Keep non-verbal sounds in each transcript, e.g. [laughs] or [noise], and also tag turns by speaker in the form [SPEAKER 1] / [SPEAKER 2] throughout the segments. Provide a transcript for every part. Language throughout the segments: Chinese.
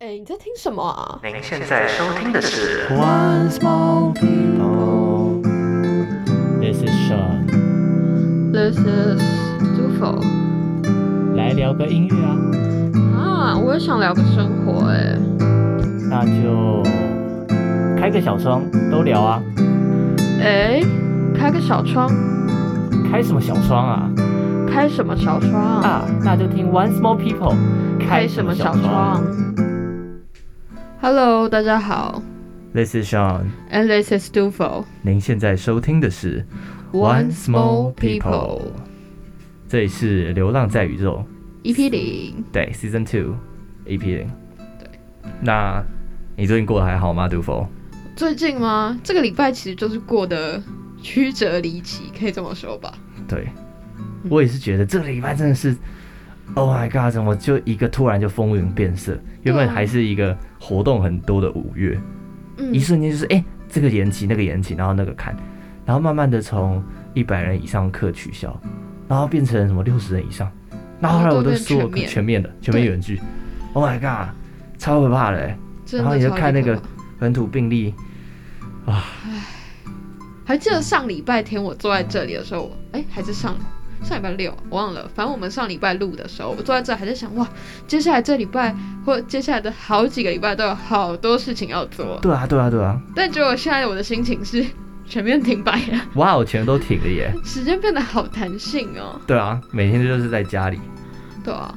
[SPEAKER 1] 哎，你在听什么啊？
[SPEAKER 2] 您现在收听的是
[SPEAKER 3] One small people. This is Sean，
[SPEAKER 1] This is Dufo
[SPEAKER 3] 来聊个音乐啊，
[SPEAKER 1] 啊，我也想聊个生活哎、
[SPEAKER 3] 那就开个小窗都聊啊，
[SPEAKER 1] 哎、开个小窗，
[SPEAKER 3] 开什么小窗啊？
[SPEAKER 1] 开什么小窗？
[SPEAKER 3] 啊，那就听 One small people，
[SPEAKER 1] 开什么小窗？Hello，大家好
[SPEAKER 3] ？This is Sean，
[SPEAKER 1] ，and this is Dufo
[SPEAKER 3] 您现在收听的是
[SPEAKER 1] People
[SPEAKER 3] 这里是《流浪在宇宙
[SPEAKER 1] EP E 零，》
[SPEAKER 3] 对 Season Two EP 零，对，那你最近过得还好吗，杜佛？
[SPEAKER 1] 最近吗？这个礼拜其实就是过得曲折离奇，可以这么说吧。
[SPEAKER 3] 对，
[SPEAKER 1] 嗯
[SPEAKER 3] 我也是觉得这个礼拜真的是，Oh my God！怎么就一个突然就风云变
[SPEAKER 1] 啊
[SPEAKER 3] 色？原本还是一个活动很多的五月，
[SPEAKER 1] 嗯
[SPEAKER 3] 一瞬间就是哎、诶这个延期，那个延期，然后那个砍，然后慢慢的从一百人以上课取消，然后变成什么六十人以上，然后后来我都所
[SPEAKER 1] 哦
[SPEAKER 3] 有课
[SPEAKER 1] 都变
[SPEAKER 3] 全面的全面远距，Oh my God！超可怕的、欸，
[SPEAKER 1] 真
[SPEAKER 3] 然后
[SPEAKER 1] 的
[SPEAKER 3] 你就
[SPEAKER 1] 超级
[SPEAKER 3] 看那
[SPEAKER 1] 可
[SPEAKER 3] 个
[SPEAKER 1] 怕
[SPEAKER 3] 本土病例，
[SPEAKER 1] 还记得上礼拜天我坐在这里的时候，哎、还是上上礼拜六，我忘了。反正我们上礼拜录的时候，我坐在这还在想，哇，接下来这礼拜或接下来的好几个礼拜都有好多事情要做。
[SPEAKER 3] 对啊对啊对啊，
[SPEAKER 1] 但结果现在我的心情是全面停摆了，
[SPEAKER 3] 哇，我全都停了耶，
[SPEAKER 1] 时间变得好弹性哦。
[SPEAKER 3] 对啊，每天就是在家里。
[SPEAKER 1] 对啊，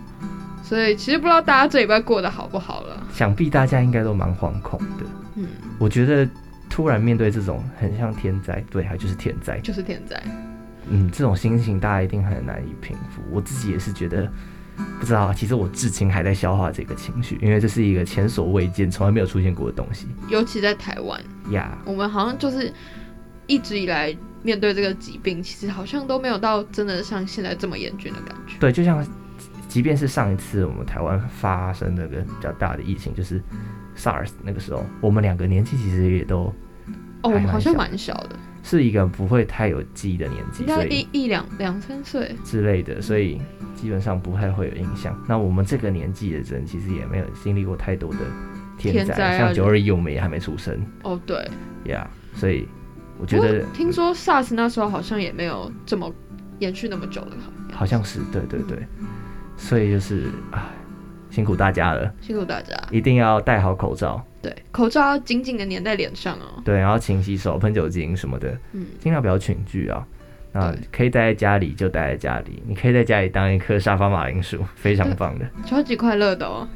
[SPEAKER 1] 所以其实不知道大家这礼拜过得好不好了。
[SPEAKER 3] 想必大家应该都蛮惶恐的。
[SPEAKER 1] 嗯，
[SPEAKER 3] 我觉得突然面对这种很像天灾，对，还就是天灾，
[SPEAKER 1] 就是天灾，
[SPEAKER 3] 嗯，这种心情大家一定很难以平复。我自己也是觉得，不知道啊，其实我至今还在消化这个情绪，因为这是一个前所未见、从来没有出现过的东西
[SPEAKER 1] 尤其在台湾，
[SPEAKER 3] 呀。
[SPEAKER 1] 我们好像就是一直以来面对这个疾病，其实好像都没有到真的像现在这么严峻的感觉。
[SPEAKER 3] 对，就像即便是上一次我们台湾发生那个比较大的疫情，就是 SARS 那个时候，我们两个年纪其实也都
[SPEAKER 1] 哦，我
[SPEAKER 3] 还
[SPEAKER 1] 们
[SPEAKER 3] 蛮
[SPEAKER 1] 好像
[SPEAKER 3] 小
[SPEAKER 1] 蛮小的，
[SPEAKER 3] 是一个不会太有记忆的年纪，
[SPEAKER 1] 应
[SPEAKER 3] 所
[SPEAKER 1] 该
[SPEAKER 3] 以
[SPEAKER 1] 一一两两三岁。
[SPEAKER 3] 之类的，所以基本上不太会有影响。那我们这个年纪的人，其实也没有经历过太多的天
[SPEAKER 1] 天
[SPEAKER 3] 灾，
[SPEAKER 1] 灾啊
[SPEAKER 3] 像九二一我们也还没出生
[SPEAKER 1] 哦，对，
[SPEAKER 3] 呀所以我觉
[SPEAKER 1] 不过
[SPEAKER 3] 得
[SPEAKER 1] 听说 SARS 那时候好像也没有这么延续那么久的，
[SPEAKER 3] 好像是对对对，所以就是唉，辛苦大家了，
[SPEAKER 1] 辛苦大家。
[SPEAKER 3] 一定要戴好口罩，
[SPEAKER 1] 对，口罩要紧紧的粘在脸上哦。
[SPEAKER 3] 对，然后勤洗手、喷酒精什么的，
[SPEAKER 1] 嗯
[SPEAKER 3] 尽量不要群聚啊。那
[SPEAKER 1] 对
[SPEAKER 3] 可以待在家里就待在家里，你可以在家里当一棵沙发马铃薯，非常
[SPEAKER 1] 对
[SPEAKER 3] 棒的。
[SPEAKER 1] 超级快乐的哦。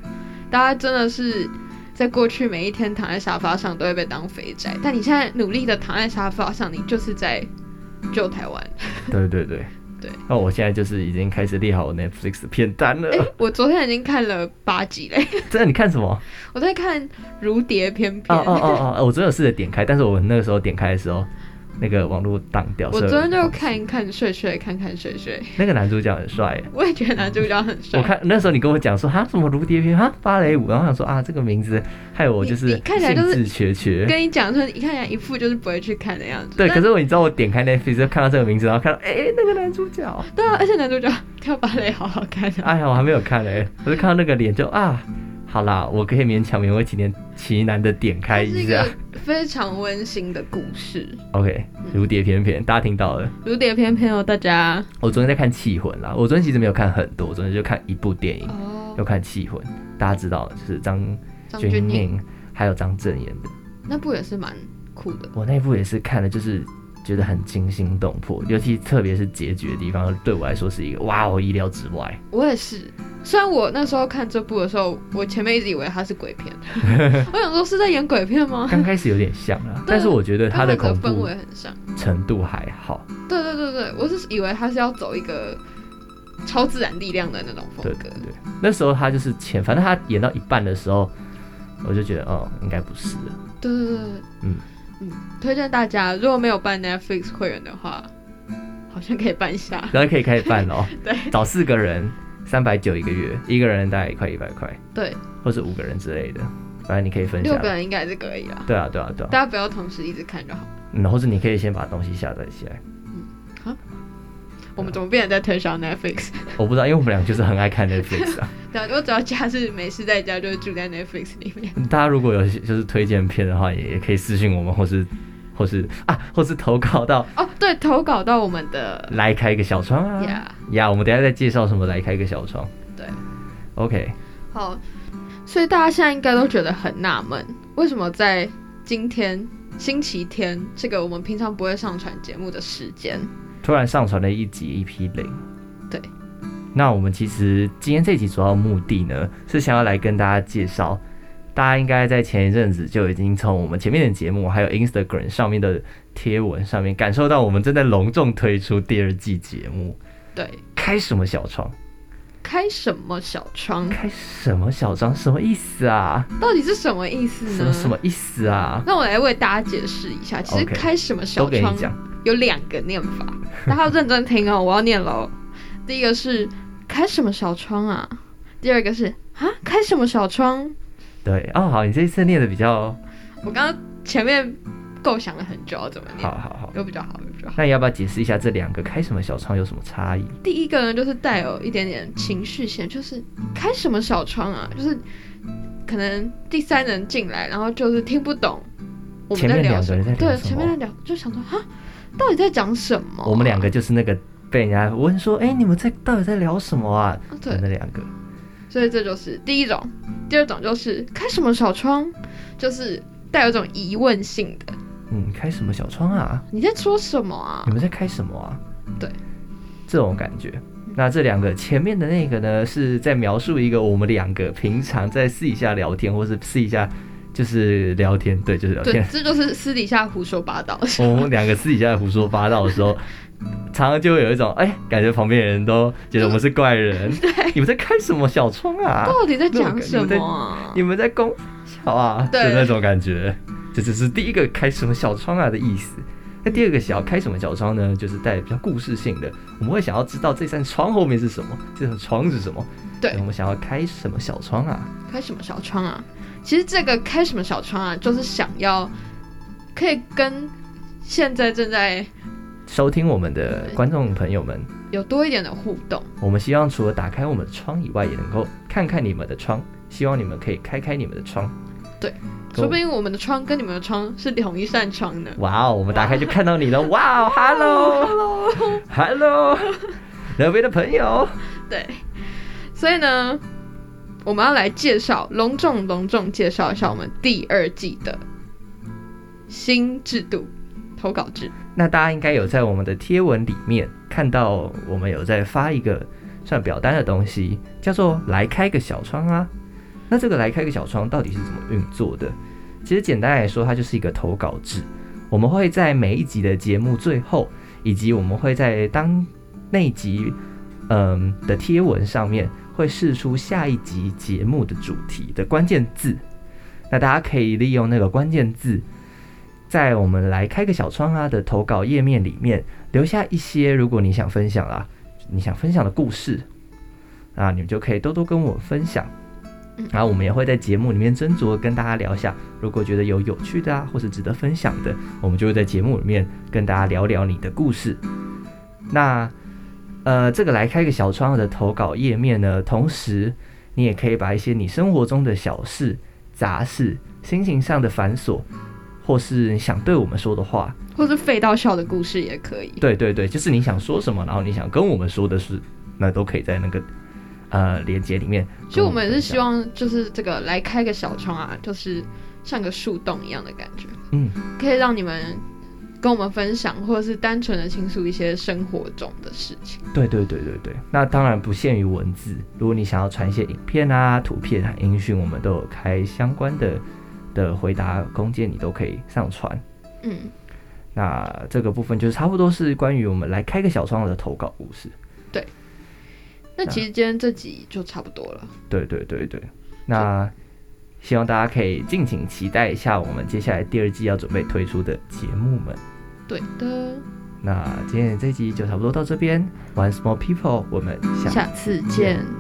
[SPEAKER 1] 大家真的是在过去每一天躺在沙发上都会被当肥宅，但你现在努力的躺在沙发上，你就是在救台湾。
[SPEAKER 3] [laughs] 对对对
[SPEAKER 1] 对。
[SPEAKER 3] 那我现在就是已经开始列好我 Netflix 的片单了。 [laughs]
[SPEAKER 1] 哎、我昨天已经看了八集嘞，
[SPEAKER 3] 真的？你看什么？
[SPEAKER 1] [laughs] 我在看《如蝶翩
[SPEAKER 3] 哦
[SPEAKER 1] 翩》
[SPEAKER 3] 哦哦哦！我真的有试着点开，但是我那个时候点开的时候，那个网络挡掉。
[SPEAKER 1] 我
[SPEAKER 3] 所以哦
[SPEAKER 1] 昨天就看一看睡睡，看看睡睡。
[SPEAKER 3] 那个男主角很帅耶。
[SPEAKER 1] 我也觉得男主角很帅。
[SPEAKER 3] 我看那时候你跟我讲说哈什么如蝶翩哈芭蕾舞，然后我想说啊这个名字害我就
[SPEAKER 1] 你
[SPEAKER 3] 是
[SPEAKER 1] 你看起来就是
[SPEAKER 3] 兴致缺缺。
[SPEAKER 1] 跟你讲说，你看起来一副就是不会去看的样子。
[SPEAKER 3] 对，
[SPEAKER 1] 但
[SPEAKER 3] 可是我你知道我点开 Netflix 就看到这个名字，然后看到哎、那个男
[SPEAKER 1] [laughs]
[SPEAKER 3] 主角，
[SPEAKER 1] 对啊，而且男主角跳芭蕾好好看啊。
[SPEAKER 3] 哎呀我还没有看嘞，我就看到那个脸就啊好啦，我可以勉强勉为其难其难的点开
[SPEAKER 1] 它是
[SPEAKER 3] 一
[SPEAKER 1] 一
[SPEAKER 3] 下
[SPEAKER 1] 个。非常温馨的故事，
[SPEAKER 3] OK，如
[SPEAKER 1] 嗯
[SPEAKER 3] 蝶翩翩，大家听到了。
[SPEAKER 1] 《如蝶翩翩》哦，大家。
[SPEAKER 3] 我昨天在看《气魂》啦，我昨天其实没有看很多，我昨天就看一部电影，
[SPEAKER 1] 哦
[SPEAKER 3] 又看《气魂》，大家知道就是张
[SPEAKER 1] 张
[SPEAKER 3] 钧
[SPEAKER 1] 钧甯
[SPEAKER 3] 甯还有张震演的。
[SPEAKER 1] 那部也是蛮酷的，
[SPEAKER 3] 我那部也是看了，就是觉得很惊心动
[SPEAKER 1] 嗯
[SPEAKER 3] 魄，尤其特别是结局的地方，对我来说是一个哇哦意料之外。
[SPEAKER 1] [laughs] 我也是。虽然我那时候看这部的时候，我前面一直以为它是鬼
[SPEAKER 3] [laughs]
[SPEAKER 1] 片，我想说是在演鬼片吗？
[SPEAKER 3] 刚开始有点像
[SPEAKER 1] 啊
[SPEAKER 3] 啦，但是我觉得它的
[SPEAKER 1] 跟它
[SPEAKER 3] 恐
[SPEAKER 1] 氛
[SPEAKER 3] 怖
[SPEAKER 1] 围很像。
[SPEAKER 3] 程度还好。
[SPEAKER 1] 对对对对，我是以为它是要走一个超自然力量的那种风
[SPEAKER 3] 对
[SPEAKER 1] 格
[SPEAKER 3] 对。对，那时候他就是前，反正他演到一半的时候，我就觉得哦，应该不是了。
[SPEAKER 1] 对对对对，
[SPEAKER 3] 嗯
[SPEAKER 1] 嗯，推荐大家如果没有办 Netflix 会员的话，好像可以办一下。。
[SPEAKER 3] [laughs] 然后可以开始办了哦
[SPEAKER 1] 对，
[SPEAKER 3] 找四个人，三百九一个月，一个人大概快一百块，
[SPEAKER 1] 对，
[SPEAKER 3] 或是五个人之类的，反正你可以分
[SPEAKER 1] 六
[SPEAKER 3] 下
[SPEAKER 1] 个
[SPEAKER 3] 来。
[SPEAKER 1] 人应该还是可以啦，
[SPEAKER 3] 对啊，对啊，对啊，
[SPEAKER 1] 大家不要同时一直看就好。
[SPEAKER 3] 嗯，或者你可以先把东西下载起来。
[SPEAKER 1] 我们怎么变得在推销 Netflix？
[SPEAKER 3] [laughs] 我不知道，因为我们俩就是很爱看
[SPEAKER 1] [laughs]
[SPEAKER 3] Netflix 啊。
[SPEAKER 1] 对啊，我只要假日没事在家，就会住在 Netflix 里面。
[SPEAKER 3] 大家如果有就是推荐片的话，也也可以私信我们，或是或是啊，或是投稿到
[SPEAKER 1] 哦，对，投稿到我们的
[SPEAKER 3] 来开一个小窗啊。
[SPEAKER 1] 呀
[SPEAKER 3] 呀我们等一下再介绍什么来开一个小窗。
[SPEAKER 1] 对
[SPEAKER 3] ，OK，
[SPEAKER 1] 好，所以大家现在应该都觉得很纳闷，为什么在今天星期天这个我们平常不会上传节目的时间，
[SPEAKER 3] 突然上传了一集 EP 零。
[SPEAKER 1] 对，
[SPEAKER 3] 那我们其实今天这集主要目的呢，是想要来跟大家介绍，大家应该在前一阵子就已经从我们前面的节目还有 Instagram 上面的贴文上面感受到，我们正在隆重推出第二季节目。
[SPEAKER 1] 对，
[SPEAKER 3] 开什么小窗？
[SPEAKER 1] 开什么小窗，
[SPEAKER 3] 开什么小窗？什么意思啊？
[SPEAKER 1] 到底是什么意思
[SPEAKER 3] 什
[SPEAKER 1] 呢？
[SPEAKER 3] 么什么意思啊？
[SPEAKER 1] 那我来为大家解释一下，其实
[SPEAKER 3] OK，
[SPEAKER 1] 开什么
[SPEAKER 3] 都
[SPEAKER 1] 小
[SPEAKER 3] 给你
[SPEAKER 1] 窗
[SPEAKER 3] 讲。
[SPEAKER 1] 有两个念法， [laughs] 大家要认真听哦，我要念喽。第一个是开什么小窗啊？第二个是啊开什么小窗？
[SPEAKER 3] 对，哦，好，你这一次念的比较
[SPEAKER 1] 我刚刚前面构想了很久要怎么念
[SPEAKER 3] 好，，好好。
[SPEAKER 1] 有比较好，有比较好。
[SPEAKER 3] 那你要不要解释一下这两个开什么小窗有什么差异？
[SPEAKER 1] 第一个呢，就是带有一点点情绪线，就是开什么小窗啊，就是可能第三人进来，然后就是听不懂我们
[SPEAKER 3] 前
[SPEAKER 1] 在
[SPEAKER 3] 面
[SPEAKER 1] 聊
[SPEAKER 3] 两
[SPEAKER 1] 什
[SPEAKER 3] 个
[SPEAKER 1] 么
[SPEAKER 3] 人，在
[SPEAKER 1] 对，
[SPEAKER 3] 聊什
[SPEAKER 1] 前
[SPEAKER 3] 么
[SPEAKER 1] 面？在聊就想说哈，到底在讲什么啊、
[SPEAKER 3] 我们两个就是那个被人家问说，哎、你们在到底在聊什么啊？
[SPEAKER 1] 啊对
[SPEAKER 3] 的，那两个，
[SPEAKER 1] 所以这就是第一种，第二种就是开什么小窗，就是带有一种疑问性的，
[SPEAKER 3] 嗯，开什么小窗啊？
[SPEAKER 1] 你在说什么啊
[SPEAKER 3] 你？们在开什么啊？
[SPEAKER 1] 对，
[SPEAKER 3] 这种感觉。那这两个前面的那个呢，是在描述一个我们两个平常在私底下聊天，或是私底下就是聊天，对，就是聊
[SPEAKER 1] 对
[SPEAKER 3] 天，。
[SPEAKER 1] 这就是私底下胡说八道的时候。
[SPEAKER 3] [laughs] 我们两个私底下胡说八道的
[SPEAKER 1] [laughs]
[SPEAKER 3] 时候，常常就会有一种哎、感觉旁边的人都觉得我们是怪
[SPEAKER 1] [laughs]
[SPEAKER 3] 人，你们在开什么小窗啊？
[SPEAKER 1] 到底在讲
[SPEAKER 3] 那
[SPEAKER 1] 什
[SPEAKER 3] 种感觉
[SPEAKER 1] 么啊？
[SPEAKER 3] 你们在攻小啊
[SPEAKER 1] 对
[SPEAKER 3] 的那种感觉，这只是第一个开什么小窗啊的意思。那第二个小开什么小窗呢？就是带比较故事性的，我们会想要知道这扇窗后面是什么，这扇窗是什么。
[SPEAKER 1] 对
[SPEAKER 3] 我们想要开什么小窗啊？
[SPEAKER 1] 开什么小窗啊？其实这个开什么小窗啊，就是想要可以跟现在正在
[SPEAKER 3] 收听我们的观众朋友们，
[SPEAKER 1] 有多一点的互动。
[SPEAKER 3] 我们希望除了打开我们的窗以外，也能够看看你们的窗，希望你们可以开开你们的窗。
[SPEAKER 1] 说不定我们的窗跟你们的窗是同一扇窗呢。
[SPEAKER 3] 哇哦，我们打开就看到你了，哇哦，hello，hello，hello，那边的朋友，
[SPEAKER 1] 对，所以呢，我们要来介绍，隆重隆重介绍一下我们第二季的新制度——投稿制。
[SPEAKER 3] 那大家应该有在我们的贴文里面看到，我们有在发一个算表单的东西，叫做“来开个小窗”啊。那这个“来开个小窗”到底是怎么运作的？其实简单来说，它就是一个投稿制。我们会在每一集的节目最后，以及我们会在当那一集嗯的贴文上面，会试出下一集节目的主题的关键字。那大家可以利用那个关键字在我们来开个小窗啊的投稿页面里面留下一些，如果你想分享啊，你想分享的故事啊，你们就可以多多跟我们分享
[SPEAKER 1] 嗯。
[SPEAKER 3] 然后我们也会在节目里面斟酌跟大家聊一下，如果觉得有有趣的啊，或是值得分享的，我们就会在节目里面跟大家聊聊你的故事。那呃，这个来开个小窗的投稿页面呢，同时你也可以把一些你生活中的小事、杂事、心情上的繁琐，或是你想对我们说的话，
[SPEAKER 1] 或是废到笑的故事也可以，
[SPEAKER 3] 对对对，就是你想说什么，然后你想跟我们说的是，那都可以在那个呃连接里面跟分享。
[SPEAKER 1] 所以我们也是希望，就是这个来开个小窗啊，就是像个树洞一样的感觉，
[SPEAKER 3] 嗯，
[SPEAKER 1] 可以让你们跟我们分享，或者是单纯的倾诉一些生活中的事情。
[SPEAKER 3] 对对对对对，那当然不限于文字，如果你想要传一些影片啊、图片啊、音讯，我们都有开相关的的回答空间，你都可以上传。
[SPEAKER 1] 嗯，
[SPEAKER 3] 那这个部分就是差不多是关于我们来开个小窗的投稿故事。
[SPEAKER 1] 那其实今天这集就差不多了。
[SPEAKER 3] 对对对对，那希望大家可以敬请期待一下我们接下来第二季要准备推出的节目们。
[SPEAKER 1] 对的，
[SPEAKER 3] 那今天的这集就差不多到这边，One Small People，我们下
[SPEAKER 1] 下次见。